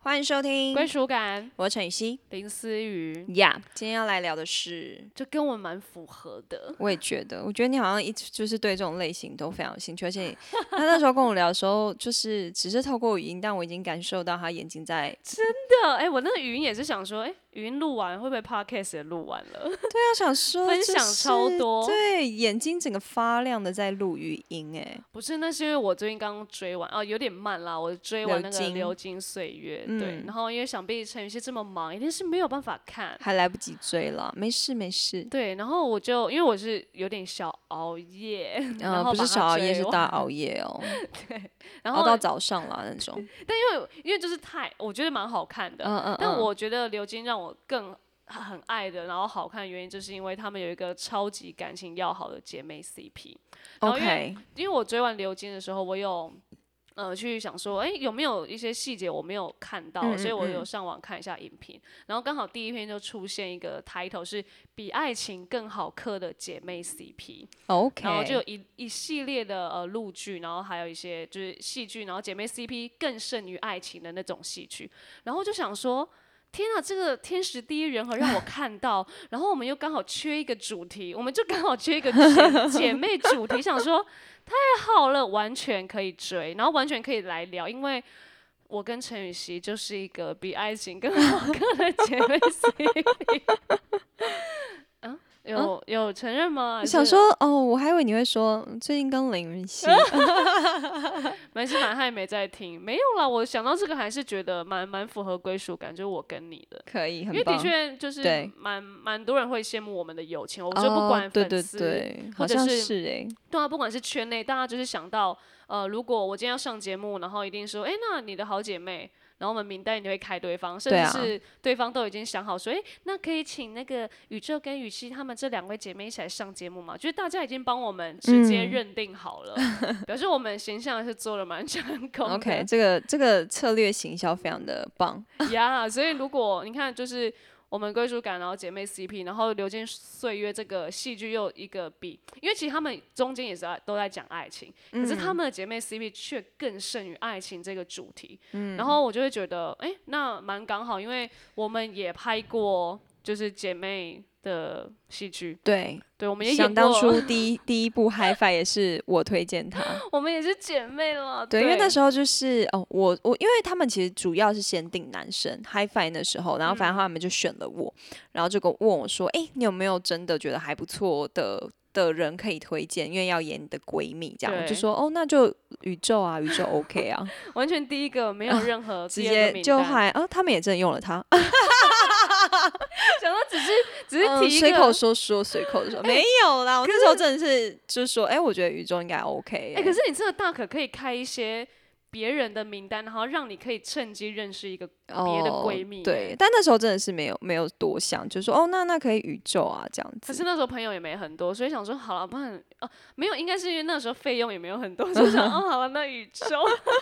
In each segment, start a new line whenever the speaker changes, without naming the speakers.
欢迎收听，
归属感，
我是陈雨希
林思雨，
呀。今天要来聊的是，
就跟我蛮符合的。
我也觉得，我觉得你好像一直就是对这种类型都非常有兴趣，而 且他那时候跟我聊的时候，就是只是透过语音，但我已经感受到他眼睛在。
真的，哎、我那个语音也是想说，哎、语音录完会不会 podcast 也录完了？
对啊，想说
分
就
享超
是
多
对，眼睛整个发亮的在录语音，哎，
不是，那是因为我最近刚追完，哦，有点慢啦，我追完那个
流
《
金
流金岁月》对
嗯，
然后因为想必陈雨希这么忙，一定是没有办法看。
还来不及追了，没事没 事，
对，然后我就因为我是有点小熬夜，
呃，
然后
不
把
是
它
小熬夜，
追
是
完
大熬夜 哦，
然
熬
后
到早上啦那种。
因为因为就是太，我觉得蛮好看的，
嗯嗯，
但
嗯
我觉得《流金》让我更很爱的，然后好看的原因，就是因为他们有一个超级感情要好的姐妹 CP。然后因为
OK，
因为我追完《流金》的时候，我有呃去想说，哎、有没有一些细节我没有看到，
嗯嗯
所以我
嗯
有上网看一下影评。然后刚好第一篇就出现一个 title 是“比爱情更好嗑的姐妹 CP”，
OK，
然后就有一一系列的呃陆剧，然后还有一些就是戏剧，然后姐妹 CP 更胜于爱情的那种戏剧。然后就想说，天啊，这个天时地利人和让我看到， 然后我们又刚好缺一个主题，我们就刚好缺一个姐姐妹主题，想说太好了，完全可以追，然后完全可以来聊，因为。我跟陈雨希就是一个比爱情更好看的姐妹 CP，啊，有有承认吗？还
我想
是
说哦，我还以为你会说嗯最近跟林云 熙
没事，反正他也没在听。没有啦，我想到这个还是觉得蛮蛮符合归属感，就是我跟你的，
可以，
因
很
为的
棒。
确就是
对
蛮蛮多人会羡慕我们的友情，我
我
觉得不管
哦对对
粉丝、
对，好
或者
像
是
是哎，
对啊，不管是圈内，大家就是想到，呃，如果我今天要上节目，然后一定说，哎、那你的好姐妹，然后我们名单你就会开对方，甚
对啊
至是对方都已经想好说，哎、那可以请那个宇宙跟雨熙他们这两位姐妹一起来上节目嘛？就是大家已经帮我们直接
嗯
认定好 了，表示我们形象是做了蛮成功的。
OK，这个这个策略行销非常的棒。
呀所以如果你看，就是我们归属感，然后姐妹 CP，然后《流金岁月》这个戏剧又一个比，因为其实他们中间也是在都在讲爱情，
嗯
可是他们的姐妹 CP 却更胜于爱情这个主题。
嗯
然后我就会觉得，哎、那蛮刚好，因为我们也拍过就是姐妹的戏剧，
对，
对，我们也演
想当
过，
初第一第一部 HiFi 也是我推荐他，
我们也是姐妹了。
对，
对，
因为那时候就是哦，我我因为他们其实主要是先定男生 HiFi 那时候，然后反
嗯
正他们就选了我，然后就跟问我说，哎、你有没有真的觉得还不错的？的人可以推荐，因为要演你的闺蜜这样，我就
对
说哦，那就宇宙啊，宇宙 OK 啊，
完全第一个没有任 何
直
第二个
接
名
就
单
还啊，他们也真的用了他，
想到只是只
嗯
是提一个哎
随口说说，随 口说，没有啦。我那时候真的是就是说，哎、我觉得宇宙应该 OK 欸耶、
哎、可是你这个大可可以开一些别人的名单，然后让你可以趁机认识一个。别的闺蜜欸
哦
耶
对，但那时候真的是没有没有多想，就说哦，那那可以宇宙啊这样
可
子。
是那时候朋友也没很多，所以想说好了，不然哦、没有，应该是因为那时候费用也没有很多，就想哦好了，那宇 宙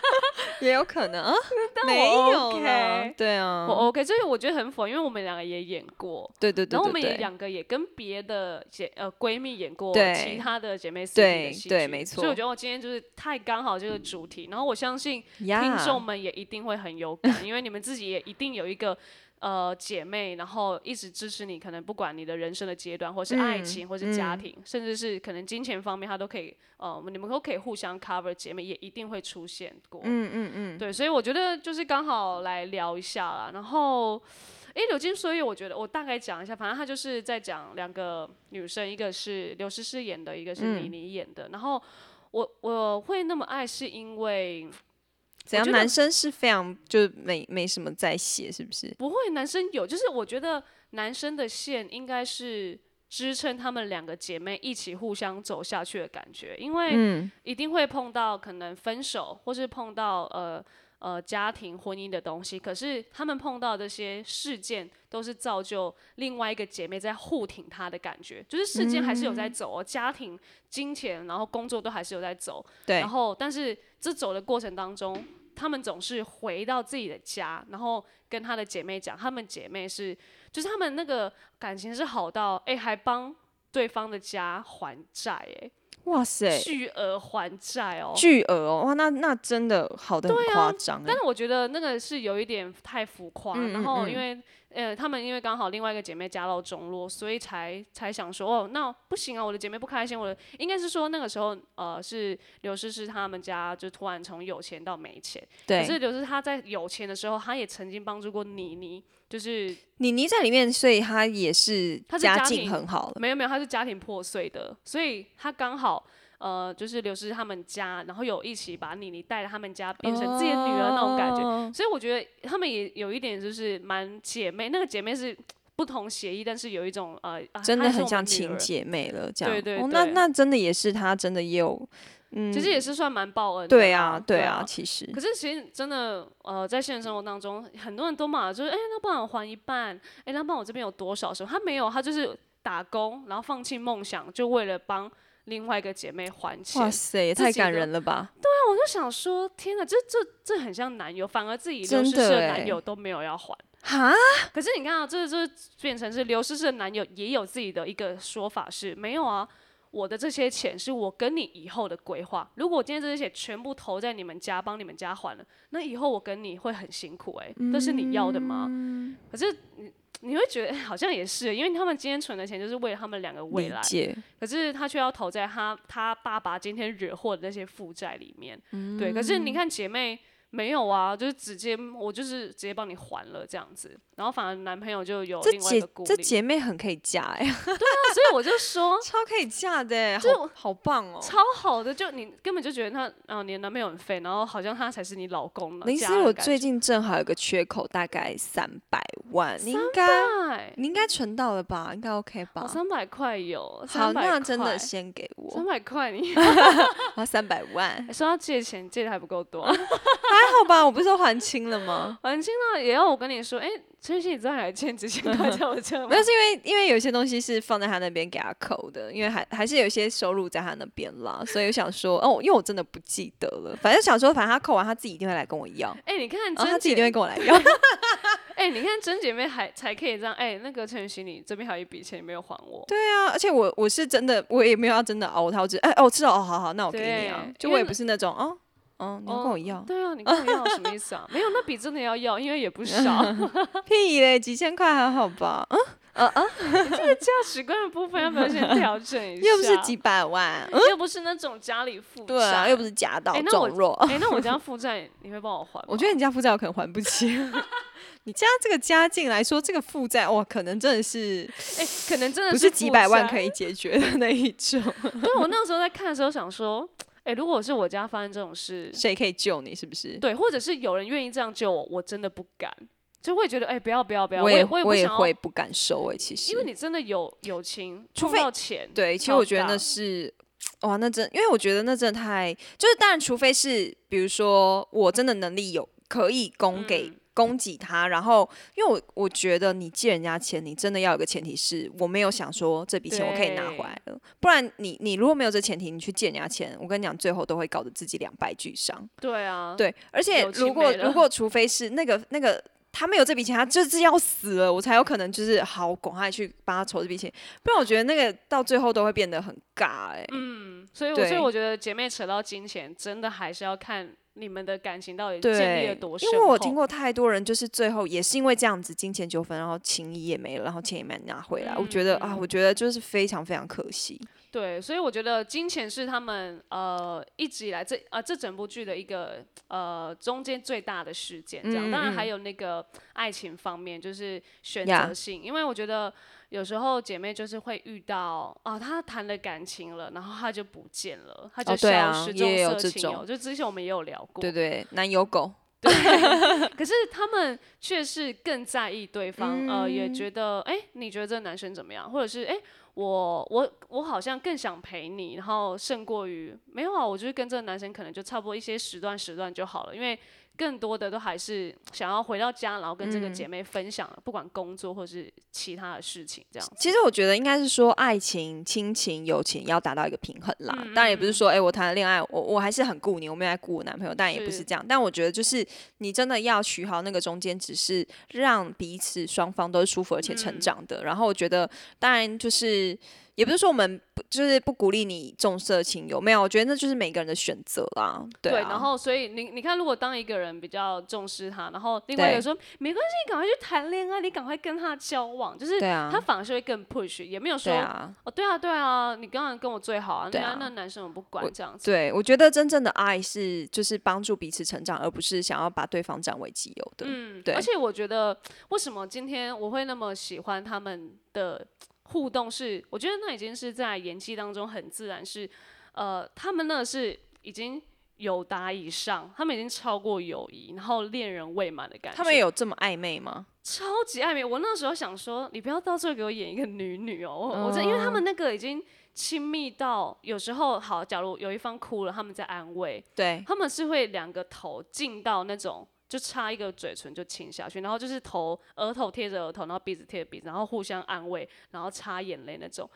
也有可能啊，
但
没
我
有啦
OK
对啊，
我哦 OK，所以我觉得很符合，因为我们两个也演过，
对对对
然后我
对
们也
对，
两个也跟别的姐呃闺蜜演过
对
其他的姐妹 CP
对
的戏
对
剧
没
所以
错
我觉得哦我今天就是太刚好这个主题，然后我相信听
呀
众们也一定会很有感， 因为你们自己也一定有一个呃姐妹，然后一直支持你，可能不管你的人生的阶段，或是爱
嗯
情，或是家
嗯
庭，甚至是可能金钱方面，她都可以呃，你们都可以互相 cover，姐妹也一定会出现过。
嗯嗯嗯，
对，所以我觉得就是刚好来聊一下啦。然后，诶，《流金岁月》，我觉得我大概讲一下，反正他就是在讲两个女生，一个是刘诗诗演的，一个是
嗯
倪妮演的。然后我我会那么爱，是因为
怎样？
觉得
男生是非常就没没什么在写，是不是？
不会男生有，就是我觉得男生的线应该是支撑她们两个姐妹一起互相走下去的感觉，因为。
嗯，
一定会碰到可能分手，或是碰到呃呃家庭婚姻的东西。可是他们碰到这些事件，都是造就另外一个姐妹在护挺她的感觉，就是事件还是有在走、哦，家庭、金钱，然后工作都还是有在走。
对
然，后，但是这走的过程当中，他们总是回到自己的家，然后跟她的姐妹讲，她们姐妹是，就是她们那个感情是好到，哎、还帮对方的家还债、哎。
哇塞，
巨额还债哦。
巨额哦，哇，那那真的好的很
对啊
夸张、
但
欸，
是我觉得那个是有一点太浮夸，
嗯嗯
然后
嗯
因为呃，他们因为刚好另外一个姐妹家道中落，所以才才想说哦，那不行啊，我的姐妹不开心，我的应该是说那个时候呃是刘诗诗他们家就突然从有钱到没钱，可
对，
是刘诗她在有钱的时候，她也曾经帮助过妮妮，就是
妮妮在里面，所以她也是
她是
家
家
境
庭
很好了，
没有没有，她是家庭破碎的，所以她刚好。呃，就是刘诗诗他们家，然后有一起把妮妮带到他们家，变成自己的女儿那种感觉。
哦
所以我觉得他们也有一点就是蛮姐妹，那个姐妹是不同协议，但是有一种呃，啊
真的
她是
很
我们
像
女
亲
儿
姐妹了，这样。
对对
哦，那
对
那真的也是她真的也有，嗯，
其实也是算蛮报恩的啦。
对啊，对啊，其实
可是其实真的，呃，在现实生活当中，很多人都嘛，就是哎、那不然我还一半，哎、那不然我这边有多少什么？他没有，他就是打工，然后放弃梦想，就为了帮另外一个姐妹还钱。
哇塞，也
自
太
己
感
的
人了吧！
那我就想说，天哪，这这这很像男友，反而自己
真
刘诗诗
的
的
欸
男友都没有要还。
哈，
可是你看啊，这这变成是刘诗诗的男友也有自己的一个说法是，没有啊，我的这些钱是我跟你以后的规划。如果我今天这些钱全部投在你们家，帮你们家还了，那以后我跟你会很辛苦哎、这是你要的吗？可是你你会觉得、哎好像也是，因为他们今天存的钱就是为了他们两个未
理
来，
解，
可是他却要投在他他爸爸今天惹祸的那些负债里面。
嗯
对，可是你看姐妹没有啊，就是直接我就是直接帮你还了这样子，然后反而男朋友就有
这
哦另外一
姐
个顾
这
虑。
姐妹很可以嫁哎、
那所以我 就说
超可以嫁的、欸，
就
好好棒哦！
超好的，就你根本就觉得他啊、你的男朋友很废，然后好像他才是你老公了。
林
家
思，
人
我
感
最
觉
近正好有个缺口，大概三百万，你应该
哎，
你应该存到了吧？应该 OK 吧？
三百块有，
好，
300
那真的
块
先给
三
我，
百块你
花三百 万，
说要借钱借的还不够多，
还好吧？我不是都还清了吗？
文青呢也要我跟你说，哎、陈曦你知道你还欠几千块在我这吗？
没有，是因为因为有些东西是放在他那边给他扣的，因为还还是有一些收入在他那边啦，所以我想说，哦，因为我真的不记得了，反正想说，反正他扣完他自己一定会来跟我要，
哎、你看
然
真
哦后他自己一
姐
定会跟我来要，
哎、你看真姐妹还才可以这样，哎、那个陈雨欣，你这边还有一笔钱你没有还我。对，
对啊，而且我我是真的，我也没有要真的熬他，我只哎哦，知道哦，好好，那我给你啊
对，
就
因
我
为
也不是那种哦哦，你要跟我要、
啊，你跟我要什么意思啊？没有，那笔真的要要，因为 也不少。
屁嘞，几千块还好吧，嗯，
价值观的部分要不要先调整一 下？
又不是几，百万，嗯，
又不是那种家里负债，
对啊，又不
是。
是夹到
哎那
重
我
弱，
哎、那我家负债，你会帮我还吗？
我觉得你家负债我可能还不起。 你家这个家境来说，这个负债哇，可能真的是
哎、可能真的
不是几百万
负债
可以解决的那一种。
对，我那时候在看的时候想说，哎、如果是我家发生这种事，
谁可以救你？是不是？
对，或者是有人愿意这样救我，我真的不敢，就会觉得，哎、不要不要不要，我
也
我也
我
不
也
想要
会不敢收哎、其实
因为你真的有友情，
除
除
非
非到钱，
对，其实
超
我觉得那
大
是。哇，那真，因为我觉得那真的太，就是当然，除非是比如说我真的能力有可以供给、
嗯
供给他，然后因为我我觉得你借人家钱，你真的要有个前提是我没有想说这笔钱我可以拿回来了，不然你你如果没有这前提，你去借人家钱，我跟你讲，最后都会搞得自己两败俱伤。
对啊，
对，而且
有亲
如果
没了
如果除非是那个那个他没有这笔钱，他就是要死了，我才有可能就是好赶快去帮他筹这笔钱，不然我觉得那个到最后都会变得很尬哎、
嗯，所以我
对
所以我觉得姐妹扯到金钱，真的还是要看你们的感情到底建立了
对
多，深
因为我
厚
听过太多人，就是最后也是因为这样子金钱纠纷，然后情谊也没了，然后钱也没拿回来。我觉得
嗯
啊，我觉得就是非常非常可惜。
对，所以我觉得金钱是他们呃一直以来这啊、这整部剧的一个呃中间最大的事件，这样。
嗯
当然
嗯
还有那个爱情方面，就是选
Yeah
择性因为我觉得有时候姐妹就是会遇到啊，她谈了感情了，然后她就不见了，她就
哦对啊
消失，
也有
重色
这
轻
种
友。就之前我们也有聊过，
对 对，男友狗，
可是他们却是更在意对
嗯
方，呃，也觉得，哎、你觉得这个男生怎么样？或者是，哎、我我我好像更想陪你，然后胜过于没有啊，我就是跟这个男生可能就差不多一些时段时段就好了，因为更多的都还是想要回到家，然后跟这
嗯
个姐妹分享，不管工作或是其他的事情，这样子。
其实我觉得应该是说，爱情、亲情、友情要达到一个平衡啦。
嗯
当然也不是说，哎、我谈了恋爱，我我还是很顾你，我没有在顾我男朋友，但也不是
是
这样。但我觉得就是你真的要取好那个中间，只是
嗯
让彼此双方都是舒服而且成长的。然后我觉得，当然就是也不是说我们不就是不鼓励你重色轻友，没有，我觉得那就是每个人的选择啦。对啊，
然后所以你你看，如果当一个人比较重视他，然后另外一个
对
说没关系，你赶快去谈恋爱，你赶快跟他交往，就是
对啊
他反而是会更 push，也没有说、
对啊，
哦对啊对啊，你刚刚跟我最好啊，
对
那
啊
那男生我不管这样子，
对，我觉得真正的爱是就是帮助彼此成长，而不是想要把对方占为己有的。
嗯，
对
而且我觉得为什么今天我会那么喜欢他们的互动是，我觉得那已经是在演技当中很自然是，呃，他们那是已经。友达以上，他们已经超过友谊，然后恋人未满的感觉。
他们有这么暧昧吗？
超级暧昧。我那时候想说，你不要到最后给我演一个女女哦，我我真因
嗯
为他们那个已经亲密到有时候好，假如有一方哭了，他们在安慰，
对，
他们是会两个头近到那种。就差一个嘴唇就亲下去，然后就是头额头贴着额头，然后鼻子贴着鼻子，然后互相安慰，然后擦眼泪那种。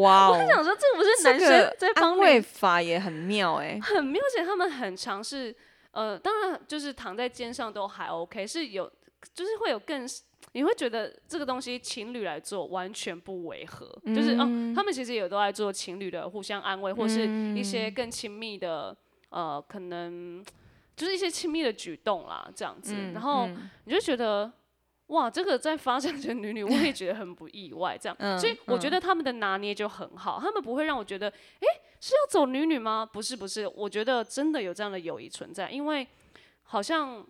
哇哦，
想说这不是
这
男生
个
在帮
安
你
慰法也很妙哎、
很妙，而且他们很尝试，呃，当然就是躺在肩上都还 OK，是有，就是会有更，你会觉得这个东西情侣来做完全不违和，就是哦、他们其实也都在做情侣的互相安慰，或是一些更亲密的，呃，可能就是一些亲密的举动啦，这样子，
嗯
然后你就觉得。哇，这个在发展成女女，我也觉得很不意外，这样，
嗯
所以我觉得他们的拿捏就很好，他们不会让我觉得是要走女女吗？不是，不是，我觉得真的有这样的友谊存在，因为好像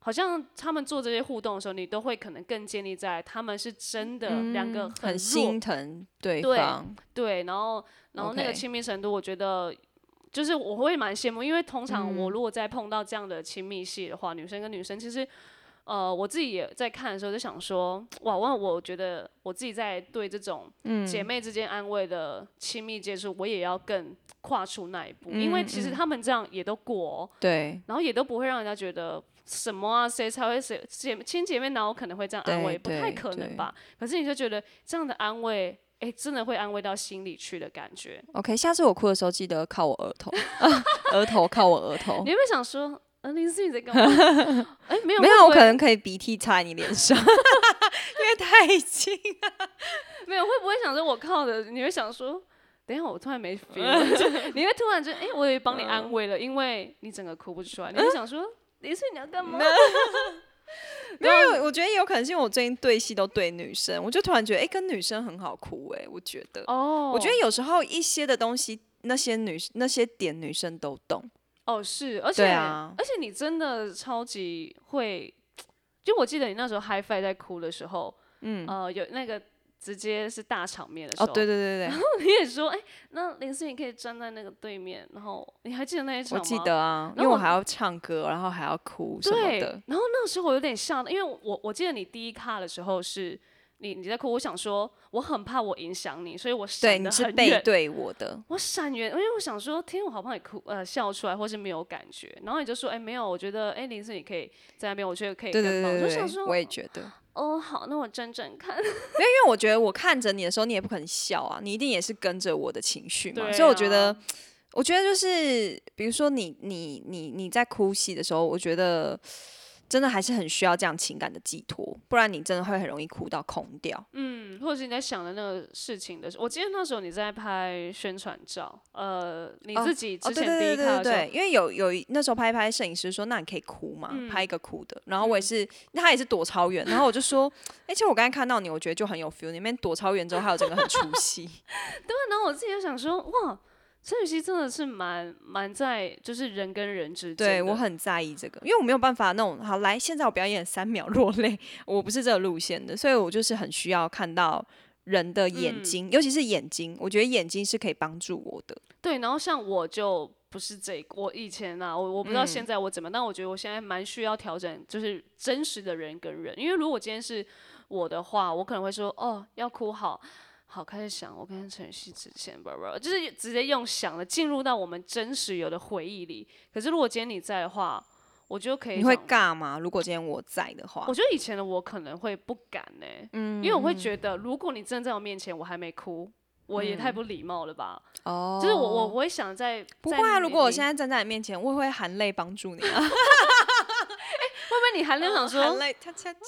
好像他们做这些互动的时候，你都会可能更建立在他们是真的两个
嗯很
弱
心疼对
对
方。
对，然后然后那个
OK
亲密程度，我觉得。就是我会蛮羡慕，因为通常我如果在碰到这样的亲密戏的话，女生跟女生其实，呃，我自己也在看的时候就想说，哇，哇，我觉得我自己在对这种姐妹之间安慰的亲密接触，我也要更跨出那一步，因为其实他们这样也都过哦、
对
然后也都不会让人家觉得什么啊，谁才会谁姐亲姐妹哪有可能会这样安慰？
对
不太
对
可能
对
吧？可是你就觉得这样的安慰，哎，真的会安慰到心里去的感觉。
，OK，下次我哭的时候记得靠我额 头，额头靠我额头
你。有没有想说，嗯，林思雨在 干嘛？哎，没有
没
会
有，啊
不
我可
会
能可以鼻涕擦你脸上，因为太近。
没有会不会想说，我靠的，你会想说。等一下，我突 然没 feel，了就你会突然就哎、我也
嗯
帮你安慰了，因为你整个哭不出来，你会想说，林思雨你要干嘛？
嗯没有，我觉得有可能是因为我最近对戏都对女生，我就突然觉得，哎、跟女生很好哭、哎，我觉得，
哦，
我觉得有时候一些的东西，那些女那些点女生都懂，
哦，是，而且、
对啊
而且你真的超级会，就我记得你那时候 HiFi 在哭的时候，嗯，呃，有那个直接是大场面的时
哦，
候，
对对对 对，
你也说，哎、那林思颖可以站在那个对面，然后你还记得那一
我
场吗？
记得啊，因为
然后
我
我
还要唱歌，然后还要哭什么
对
的，，
然后那个时候我有点吓到，因为我我记得你第一卡的时候是你你在哭，我想说我很怕我影响你，所以我
对，
闪
你
得
是
很
背
远，
对我的，
我闪远，因为我想说，天，我好怕你哭呃笑出来，或是没有感觉。然后你就说，哎、没有，我觉得，哎、林思你可以在那边，我觉得可以
对
更
对
棒。
对
我就
对
想
对，我
说，
也觉得，
哦，好，那我整整看。
因为我觉得我看着你的时候，你也不可能笑啊，你一定也是跟着我的情绪嘛。
对
所以我觉
啊
得，我觉得就是，比如说你你你你在哭戏的时候，我觉得真的还是很需要这样情感的寄托，不然你真的会很容易哭到空掉。
嗯，或者是你在想的那个事情的时候，我记得那时候你在拍宣传照，呃，你自己
哦，
之
对
前
对
第
对
一
对
卡
对
的时候，
对，因为有有一那时候拍一拍，摄影师说：“那你可以哭嘛，拍一个哭的。”然后我也是，他也是躲超远，然后我就说：“ 而且我刚才看到你，我觉得就很有 feel。”你们躲超远之后，还有整个很出戏。
然后我自己就想说，哇，陈雨希真的是蛮蛮在，就是人跟人之间的。
对我很在意这个，因为我没有办法那种好来，现在我表演三秒 落泪，我不是这个路线的，所以我就是很需要看到人的
嗯
眼睛，尤其是眼睛，我觉得眼睛是可以帮助我的。
对，然后像我就不是这一我以前啊，我我不知道
嗯
现在我怎么，但我觉得我现在蛮需要调整，就是真实的人跟人，因为如果今天是我的话，我可能会说哦要哭好。好，开始想我跟陈曦之前，不不，就是直接用想的进入到我们真实有的回忆里。可是如果今天你在的话，我就可以
你会
想
尬吗？如果今天我在的话
我，觉得以前的我可能会不敢呢、因为我会觉
嗯
得，如果你真的在我面前，我还没哭，我也太不礼貌了吧。
哦
就是我我我会想在
不会啊，如果我现
在
在站在你面前，我也会含泪帮助你啊。
不会你含泪想说，
含
我
泪恰恰恰，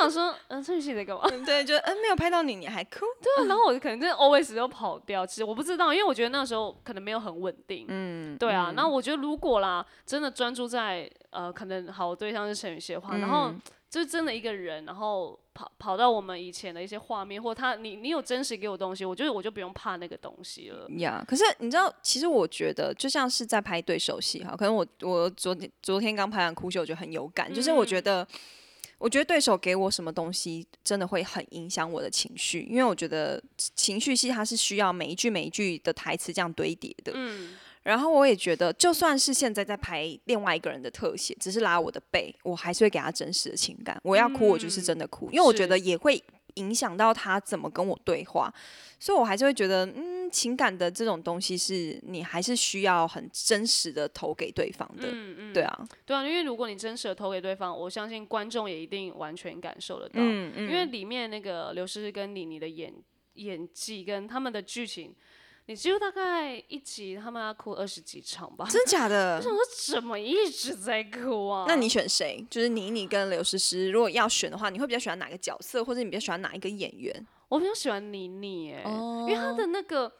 想说，嗯，这戏在干嘛？
对，就嗯没有拍到你，你还哭，
对啊，然后我就可能真的 always 都跑掉。其实我不知道，因为我觉得那时候可能没有很稳定。
嗯，
对啊，那我觉得如果啦，真的专注在呃，可能好我对象是陈宇希的话，然后
嗯
就真的一个人，然后跑跑到我们以前的一些画面，或他你你有真实给我东西，我觉得我就不用怕那个东西了。
呀可是你知道，其实我觉得就像是在拍对手戏哈，可能我我昨天昨天刚拍完哭戏，我觉得很有感，就是我觉得。我觉得对手给我什么东西，真的会很影响我的情绪，因为我觉得情绪戏它是需要每一句每一句的台词这样堆叠的。
嗯，
然后我也觉得，就算是现在在拍另外一个人的特写，只是拉我的背，我还是会给他真实的情感。我要哭，我就是真的哭，因为我觉得也会影响到他怎么跟我对话，所以我还是会觉得，嗯，情感的这种东西是你还是需要很真实的投给对方的。嗯嗯，对啊，
对啊，因为如果你真实的投给对方，我相信观众也一定完全感受得到。
嗯嗯，
因为里面那个刘诗诗跟李妮的演演技跟他们的剧情，你只有大概一集，他们要哭二十几场吧？
真假的。
我怎么一直在哭啊？
那你选谁？就是倪妮跟刘诗诗，如果要选的话，你会比较喜欢哪个角色，或者你比较喜欢哪一个演员？
我比较喜欢妮妮哎、
哦
因为她的那个，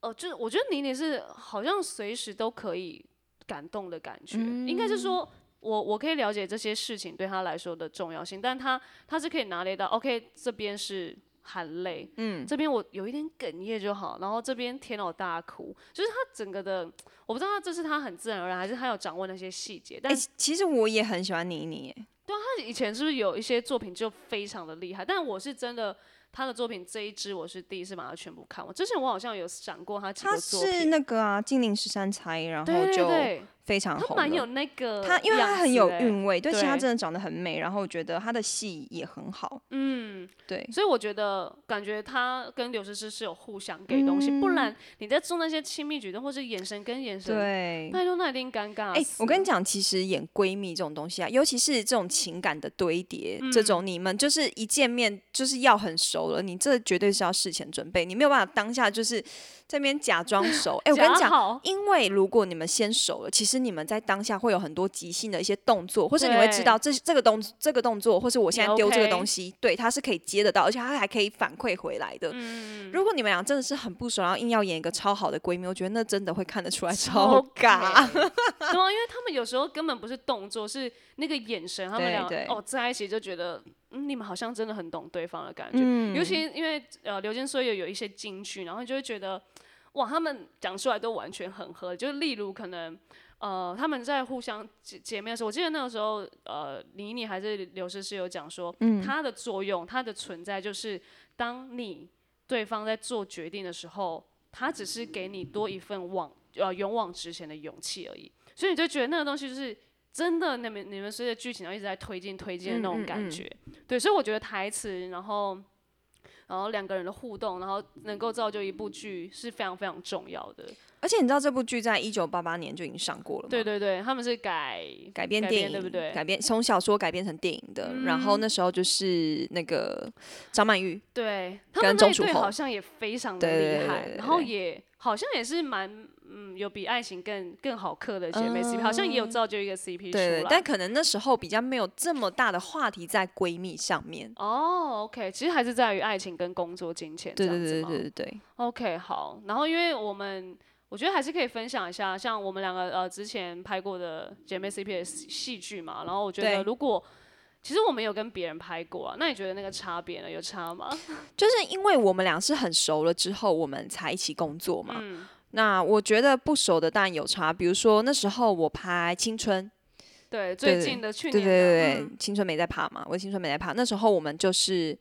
呃，就是我觉得妮妮是好像随时都可以感动的感觉，应该是说。我我可以了解这些事情对她来说的重要性，但她她是可以拿捏到，OK，这边是含泪，嗯，这边我有一点哽咽就好，然后这边天到大哭，就是她整个的，我不知道她这是她很自然而然，还是她有掌握那些细节，但
哎、其实我也很喜欢倪妮耶，
他以前是不是有一些作品就非常的厉害？但我是真的，他的作品这一支我是第一次把它全部看完。之前我好像有赏过他几
他
个作品，
是那个啊，《金陵十三钗》，然后
对对
就
对，
非常
他
红
蛮
了
有那个
她因为她
样
很
子
有
欸，
韵味，对，其实她
对
真的长得很美，然后我觉得她的戏也很好，
嗯，
对，
所以我觉得感觉他跟刘诗诗是有互相给东西，不然你在做那些亲密举动或是眼神跟眼神，
嗯对。
拜托那一定尴尬。
哎、我跟你，讲，其实演闺蜜这种东西啊，尤其是这种情感的堆叠，这种你们就是一见面就是要很熟了，你这绝对是要事前准备，你没有办法当下就是在那边假装熟。哎、我跟你
假
讲，
好
因为如果你们先熟了，其实你们在当下会有很多即兴的一些动作，或是你会知道这这个动这个动作，或是我现在
你
丢这个
OK
东西，对，它是可以接得到，而且它还可以反馈回来的。
嗯
如果你们俩真的是很不熟，然后硬要演一个超好的闺蜜，我觉得那真的会看得出来超尬。
对啊，因为他们有时候根本不是动作，是那个眼神，他们
对
俩
对
哦在一起就觉得，嗯，你们好像真的很懂对方的感觉。
嗯
尤其因为呃，刘坚说有有一些金句，然后你就会觉得，哇，他们讲出来都完全很合。就例如可能。呃，他们在互相姐姐妹的时候，我记得那个时候，呃，倪妮还是刘诗诗有讲说，它的作用，它的存在就是当你对方在做决定的时候，他只是给你多一份往呃勇往直前的勇气而已。所以你就觉得那个东西就是真的，你们你们随着剧情然后一直在推进推进的那种感觉。对，所以我觉得台词，然后然后两个人的互动，然后能够造就一部剧是非常非常重要的。
而且你知道这部剧在一九八八年就已经上过了吗？
对对对，他们是改
改编
改
电
编
影
对不对嗯
改编从小说改编成电影的，然后那时候就是那个张曼玉，
对，他
跟
们那
钟
一
楚
对
红
好像也非常的
对对对
厉害
对，对
然后
对
也好像也是蛮嗯有比爱情更更好嗑的姐妹 CP，、好像也有造就一个 CP 出
嗯对
来
对，。但可能那时候比较没有这么大的话题在闺蜜上面。
哦、o k 其实还是在于爱情跟工作、金钱这
对
样
对
子
对
吗
对对对，
OK，好。然后因为我们我觉得还是可以分享一下，像我们两个呃之前拍过的姐妹 CP 的戏戏剧嘛。然后我觉
对
得如果其实我们有跟别人拍过啊，那你觉得那个差别呢？有差吗？
就是因为我们俩是很熟了之后，我们才一起工作嘛。
嗯
那我觉得不熟的当然有差，比如说那时候我拍《青春》，
对，最
对
近的去
对
年
对
的
对对
嗯，
青春没在怕嘛，我的青春没在怕。那时候我们就是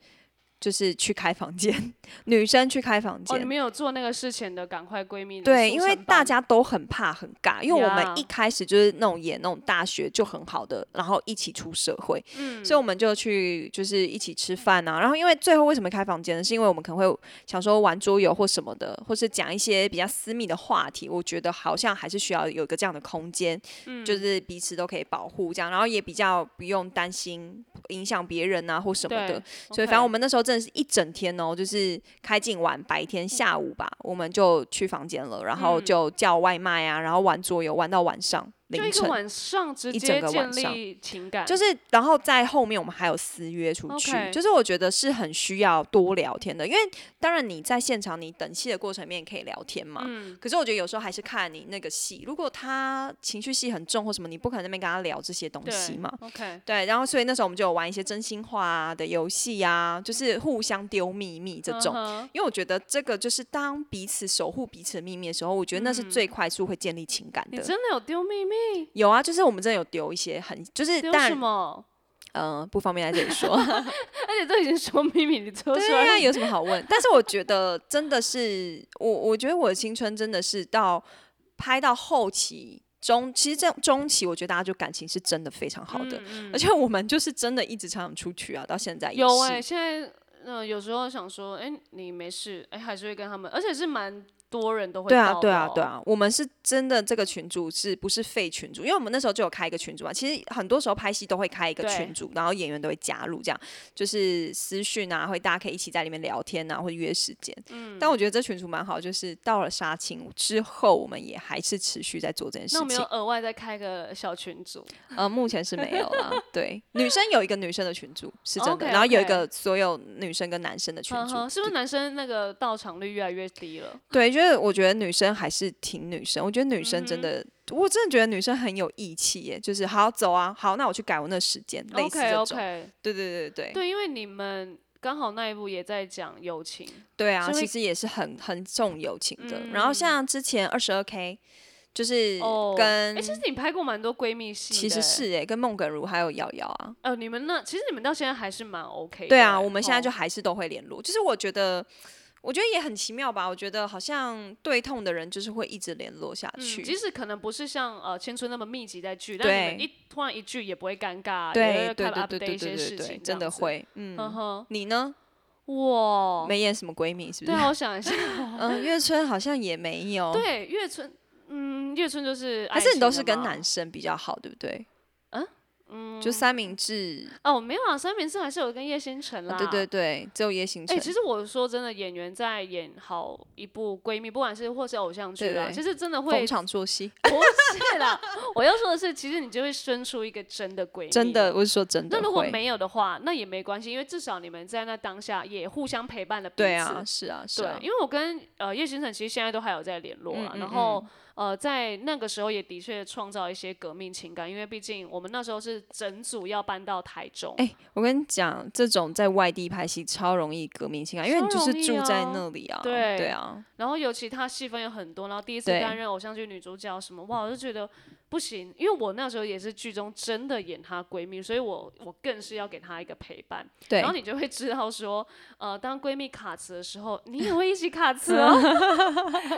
就是去开房间， 女生去开房
哦，
间
你，们有做那个事前的赶快闺蜜的
对，
速
因为
成
大
班
家都很怕很尬，因为我
呀
们一开始就是那种演那种大学就很好的，然后一起出社会，
嗯
所以我们就去就是一起吃饭啊。然后因为最后为什么开房间呢？是因为我们可能会想说玩桌游或什么的，或是讲一些比较私密的话题。我觉得好像还是需要有一个这样的空间，
嗯
就是彼此都可以保护这样，然后也比较不用担心影响别人啊或什么的
对。
所以
OK
反正我们那时候真的是一整天哦，就是开镜完白天下
嗯
午吧，我们就去房间了，然后就叫外卖啊，然后玩桌游玩到晚上，
就一
凌
个
晨，
晚上直
一
接
整个
建
晚上
立情感，
就是然后在后面我们还有私约出去
OK
就是我觉得是很需要多聊天的，因为当然你在现场你等戏的过程里面可以聊天嘛，
嗯，
可是我觉得有时候还是看你那个戏，如果他情绪戏很重或什么，你不可能在那边跟他聊这些东西
对
嘛。
，OK，
对，然后所以那时候我们就有玩一些真心话、啊、的游戏啊，就是互相丢秘密这种。
嗯哼
因为我觉得这个就是当彼此守护彼此的秘密的时候，我觉得那是最快速会建立情感
嗯你
的。
真的有丢秘密？
有啊，就是我们真的有丢一些很，就是
丢
当
什
然，
么？
呃，不方便在这 里说。
而且都已经说秘密，你丢出
对
来
啊，有什么好问？但是我觉得真的是，我我觉得我的青春真的是到拍到后期中，其实这中期，我觉得大家就感情是真的非常好
嗯
的，而且我们就是真的一直常常出去啊，到现在也
有
是。
哎、现在呃有时候想说，哎、你没事，哎、还是会跟他们，而且是蛮多人都会
对啊，
报哦
对啊
道，
对，啊，我们是真的这个群组是不是废群组？因为我们那时候就有开一个群组嘛，其实很多时候拍戏都会开一个
对
群组，然后演员都会加入，这样就是私讯啊，会大家可以一起在里面聊天啊，或者约时间。
嗯
但我觉得这群组蛮好，就是到了杀青之后，我们也还是持续在做这件事
那我们有
情。
额外再开个小群组，
呃，目前是没有 啦。对，女生有一个女生的群组是真的
OK，OK
然后有一个所有女生跟男生的群
嗯
组
哼，是不是男生那个到场率越来越低了？
对，就是我觉得女生还是挺女生，我觉得女生
嗯
真的，我真的觉得女生很有义气耶，就是好走啊，好，那我去改我那时间，类似
OK
这种，
OK，
对对对对对
对，因为你们刚好那一部也在讲友情，
对啊，
所以
其
嗯
实也是很很重友情的。然后像之前二十二 K，就是
哦
跟、
哎、其实你拍过蛮多闺蜜戏的欸，
嗯其实是哎，跟孟耿如还有瑶瑶啊，
呃，你们那其实你们到现在还是蛮 OK 的欸。
对啊，我们现在就
哦
还是都会联络，就是我觉得。我觉得也很奇妙吧，我觉得好像对痛的人就是会一直联络下
嗯，
去。
即使可能不是像呃青春那么密集在聚，但你们
对
一突然一聚也不会尴尬，也
对
会
对
kind
对
of
对
update
对
一些
对
事
对
情
对，，
这
真
样
的
子。
会，嗯，
呵呵，
你呢？
哇，
没演什么闺蜜是不
对
是？
啊，我想 一下，
嗯，月春好像也没有。，
对，月春，嗯，月春就是
还
爱
是你
情
都
的
是跟
嘛
男生比较好，对不对？
嗯
嗯，就三明治，
哦，没有啊，三明治还是有跟叶星辰啦，
啊对对。对，只有夜行
哎、
城。
其实我说真的，演员在演好一部闺蜜，不管是或是偶像剧
对
啦，
对
其实真的会哎
逢场作戏，
不是啦，我要说的是，其实你就会生出一个真的闺蜜，
真的，我是说真的
那
会。
如果没有的话，那也没关系，因为至少你们在那当下也互相陪伴了彼此。
对啊，是啊，是
对
啊，
因为我跟呃叶星辰其实现在都还有在联络啊，
嗯嗯
然后呃在那个时候也的确创造一些革命情感，因为毕竟我们那时候是整组要搬到台中，
哎、我跟你讲，这种在外地拍戏超容易革命情啊感，因为你就
超
是
容易
住在
啊
那里啊。
对
啊，
然后尤其她戏份有很多，然后第一次
对
担任偶像剧女主角什么，哇，我就觉得不行，因为我那时候也是剧中真的演她闺蜜，所以我我更是要给她一个陪伴。
对
然后。你就会知道说，呃，当闺蜜卡词的时候，你也会一起卡词哦。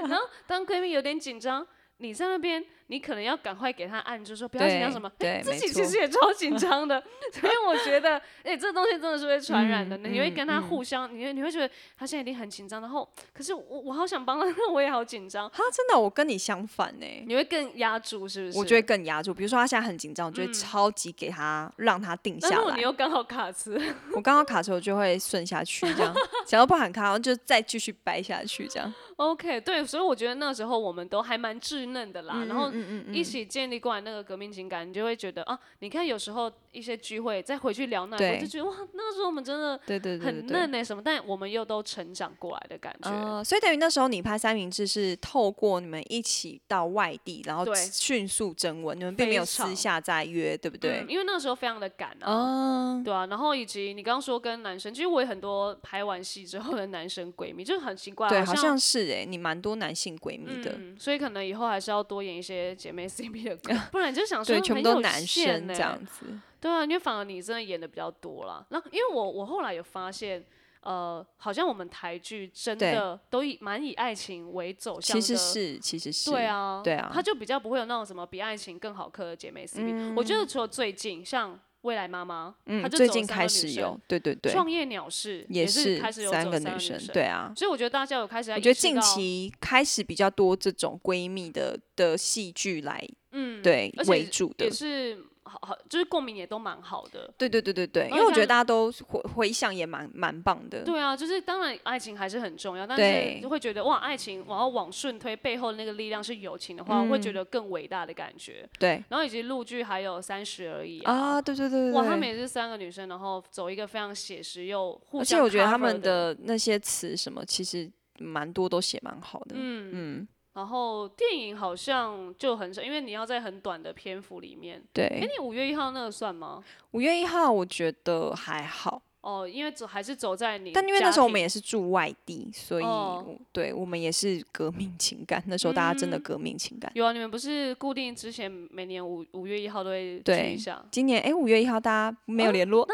然后当闺蜜有点紧张，你在那边，你可能要赶快给她按住，说不要紧张什么。
对，
哎自
没
己
错
其。实也超紧张的， 所以我觉得，哎、这东西真的是会传染的。
嗯
你会跟她互相，你会你会觉得她现在一定很紧张，然后可是我我好想帮她， 但我也好紧张，
他真的，我跟你相反哎呢、
你会更压住，是不是？嗯
我就会更压住。比如说他现在很紧张，我就会超级给他、让他定下
那
来。
如果你又刚好卡词，
我刚刚卡的时候就会顺下去，这 样想要不喊卡，然后就再继续掰下去，这样。
OK，对，所以我觉得那时候我们都还蛮稚嫩的
嗯
啦，然后一起建立过来那个革命情感，你就会觉得啊，你看有时候一些聚会再回去聊那一步，
对
就觉得哇，那时候我们真的
对对对对
嗯很
对。
嫩呢、欸什么，但我们又都成长过来的感觉。
呃，所以等于那时候你拍三明治是透过你们一起到外地，然后
对
迅速征文，你们并没有
非常
私下在约，对不对
嗯？因为那时候非常的赶啊。
啊、
对啊，然后以及你刚刚说跟男生，其实我有很多拍完戏之后的男生闺蜜，就是很奇怪，
对，
好
好像是哎、你蛮多男性闺蜜的，
嗯，所以可能以后还是要多演一些姐妹 CP 的 歌，不然你就想说
对，全部
很
都
有
男
限欸
生
呢
这样子。
对啊，因为反而你真的演的比较多啦。那因为我我后来有发现，呃，好像我们台剧真
对
的都以蛮以爱情为走向
其
的。
实是，其实是，
对，啊，
对啊
他就比较不会有那种什么比爱情更好磕的姐妹 CP、我觉得除了最近，像未来妈妈，她
嗯，
就
最
走
近
三个
开
女
始
生
有，对对对，
创业鸟事
也
是开始有走
三个
女
生，对啊，
所以我觉得大家有开始在
我
意
觉得
识
近
到，
期开始比较多这种闺蜜的的戏剧来，
嗯，
对
而且
为主的
也，是好好，就是共鸣也都蛮好的。
对对对对对，因
而且
为我觉
他
得大家都回回想也蛮蛮棒的。
对啊，就是当然爱情还是很重要，但
对
是就会觉得哇，爱情然后往顺推背后那个力量是友情的话，会
嗯
觉得更伟大的感觉。
对
然后以及陆剧还有三十而已啊。
啊，对对对对
哇，她
对
们也是三个女生，然后走一个非常写实又互
而
相。
且我觉得他们，的那些词什么，其实蛮多都写蛮好的。
嗯
嗯，
然后电影好像就很少，因为你要在很短的篇幅里面。哎，
对。
你五月一号那个算吗？
五月一号我觉得还好，
哦，因为走还是走在你家庭，
但因为那时候我们也是住外地，所以
哦
我对我们也是革命情感。那时候大家真的革命情感。
有啊，你们不是固定之前每年五五月一号都会聚
对
一下，
今年哎，五月一号大家没有
哦
联络。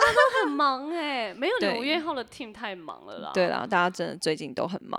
很忙哎、没有你
对
五月一号的 team 太忙了啦。
对啦，大家真的最近都很忙。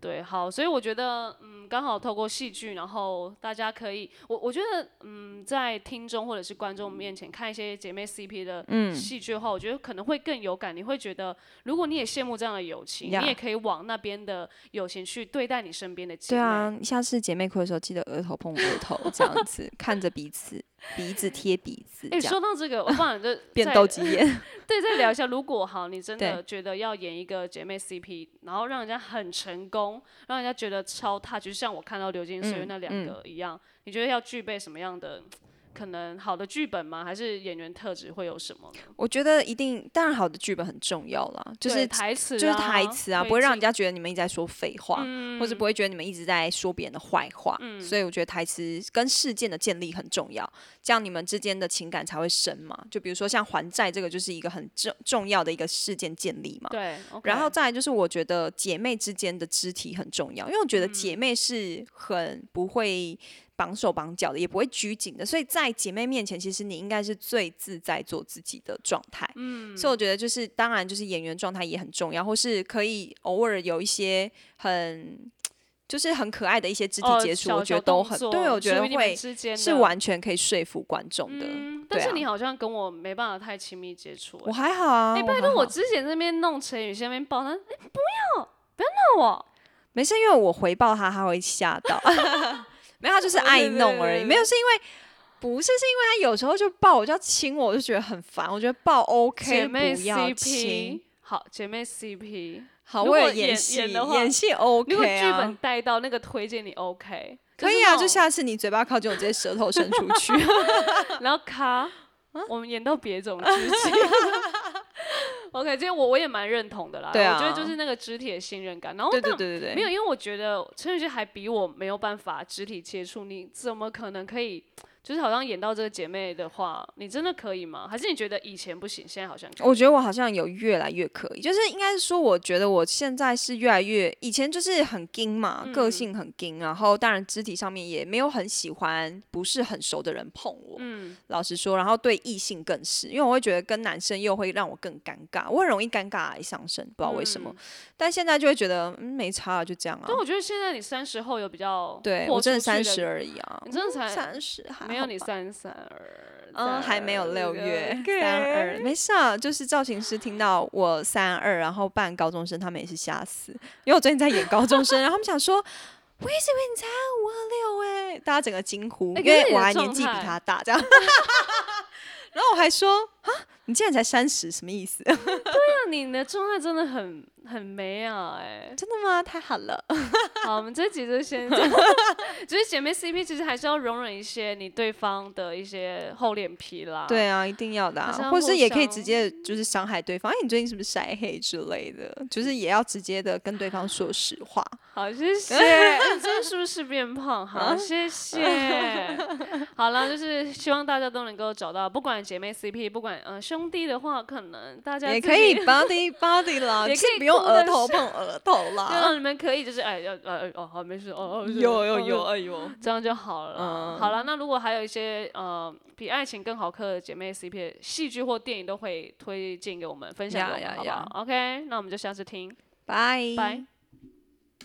对，好，所以我觉得，嗯，刚好透过戏剧，然后大家可以，我我觉得，嗯，在听众或者是观众面前看一些姐妹 CP 的
嗯
戏剧的话，我觉得可能会更有感。你会觉得，如果你也羡慕这样的友情，
呀
你也可以往那边的友情去对待你身边的姐
对
妹。
啊，你下次姐妹哭的时候，记得额头碰额头，这 样子看着彼此，鼻子贴鼻子，
哎、
这样
说到这个，我不然就
变
再
斗鸡 眼。
对，再聊一下，如果好，你真
对
的觉得要演一个姐妹 CP，然后让人家很成功，让人家觉得超 touch，就像我看到《流金岁月》
嗯
那两
嗯
个一样，你觉得要具备什么样的可能好的剧本吗？还是演员特质会有什么呢？
我觉得一定，当然好的剧本很重要啦，就
对
是
台词、啊，
就是台词啊，
推
不会让人
进
家觉得你们一直在说废话，或
嗯
者不会觉得你们一直在说别人的坏话。所以我觉得台词跟事件的建立很重要，这样你们之间的情感才会深嘛。就比如说像还债这个，就是一个很重重要的一个事件建立嘛。
对，OK，
然后再来就是，我觉得姐妹之间的肢体很重要，因为我觉得
嗯
姐妹是很不会绑手绑脚的，也不会拘谨的，所以在姐妹面前，其实你应该是最自在做自己的状态。嗯，所以我觉得就是，当然就是演员状态也很重要，或是可以偶尔有一些很。就是很可爱的一些肢体
哦
接触，
小
我觉
小
得都
动
很
作
对，我觉
属
得
于你们
会
之间
是
的。
完全可以说服观众的。
嗯，
对
但是
啊
你好像跟我没办法太亲密接触、欸
我。还好啊，
哎、
我
拜
还
托，我
好
之前在那边弄成语，下面爆他，哎、不要，不要闹我。
没事，因为我回报他，他会吓到。 没有，他
哦
就是爱弄而已。没有，是因为不是，是因为他有时候就抱我，就要亲我，我就觉得很烦。我觉得抱 OK，
姐妹
不要亲
CP。好，姐妹 CP，
好，
如果
为了演戏，
演演的话
戏
如果
OK
剧本
啊，
带到那个推荐你 OK，
可
是
以
那
啊。
种
就下次你嘴巴靠近我，直接舌头伸出 去。
然后
啊
咔，我们演到别种剧情。OK，这我我也蛮认同的啦。
对啊
我觉得就是那个肢体的信任感。然后
对
但
对对对
没
对，
有，因为我觉得陈宇轩还比我没有办法肢体接触，你怎么可能可以？就是好像演到这个姐妹的话，你真的可以吗？还是你觉得以前不行，现在好像可以
我觉得我好像有越来越可以，就是应该是说，我觉得我现在是越来越，以前就是很硬嘛，个
嗯
性很硬，然后当然肢体上面也没有很喜欢不是很熟的人碰我。
嗯，
老实说，然后对异性更是，因为我会觉得跟男生又会让我更尴尬，我很容易尴尬癌上身，不知道为什么。但现在就会觉得，嗯，没差啊，就这样啊
但。嗯我觉得现在你三十后有比较
对
豁
我真的
出
三
去
十而已啊
你，真的才
三十还
没有
好
你
吧
三三二，
嗯，还没有六月三二，
二。
没事啊。就是造型师听到我三二，然后扮高中生，他们也是吓死，因为我最近在演高中生，然后他们想说。我一直以为你才五二六哎，大家整个惊呼，
哎
因
可是你
为
的
我还年纪比
状态
他大，这 样。然后我还说啊，你竟然才三十，什么意思？
那你的状态真的很很美啊哎、
真的吗？太好了。
好，我们这集就先这样。 就是姐妹 CP 其实还是要容忍一些你对方的一些厚脸皮啦。。
对啊，一定要的、
好像
啊，或者是
互
也可以
相
直接就是伤害对方。哎，你最近是不是晒黑之类的？就是也要直接的跟对方说实话。
好，谢 谢。哎你真的是不是变胖？
嗯
好，谢谢。好了，就是希望大家都能够找到，不管姐妹 CP，不管呃兄弟的话，可能大家
也
自
可以
己
body body 啦，
也
就
可
是
以
不用
哭得
额头碰额头
对
啦。
啊，你们可以就是哎，要呃呃哦，好，没事，哦哦，是
有有
哦
有，哎呦，
这样就好了啦。
嗯
好了，那如果还有一些呃比爱情更好磕的姐妹 CP 的戏剧或电影，都会推荐给我们分享给我
呀呀
们，好不
呀
好？OK，那我们就下次听，
拜
拜。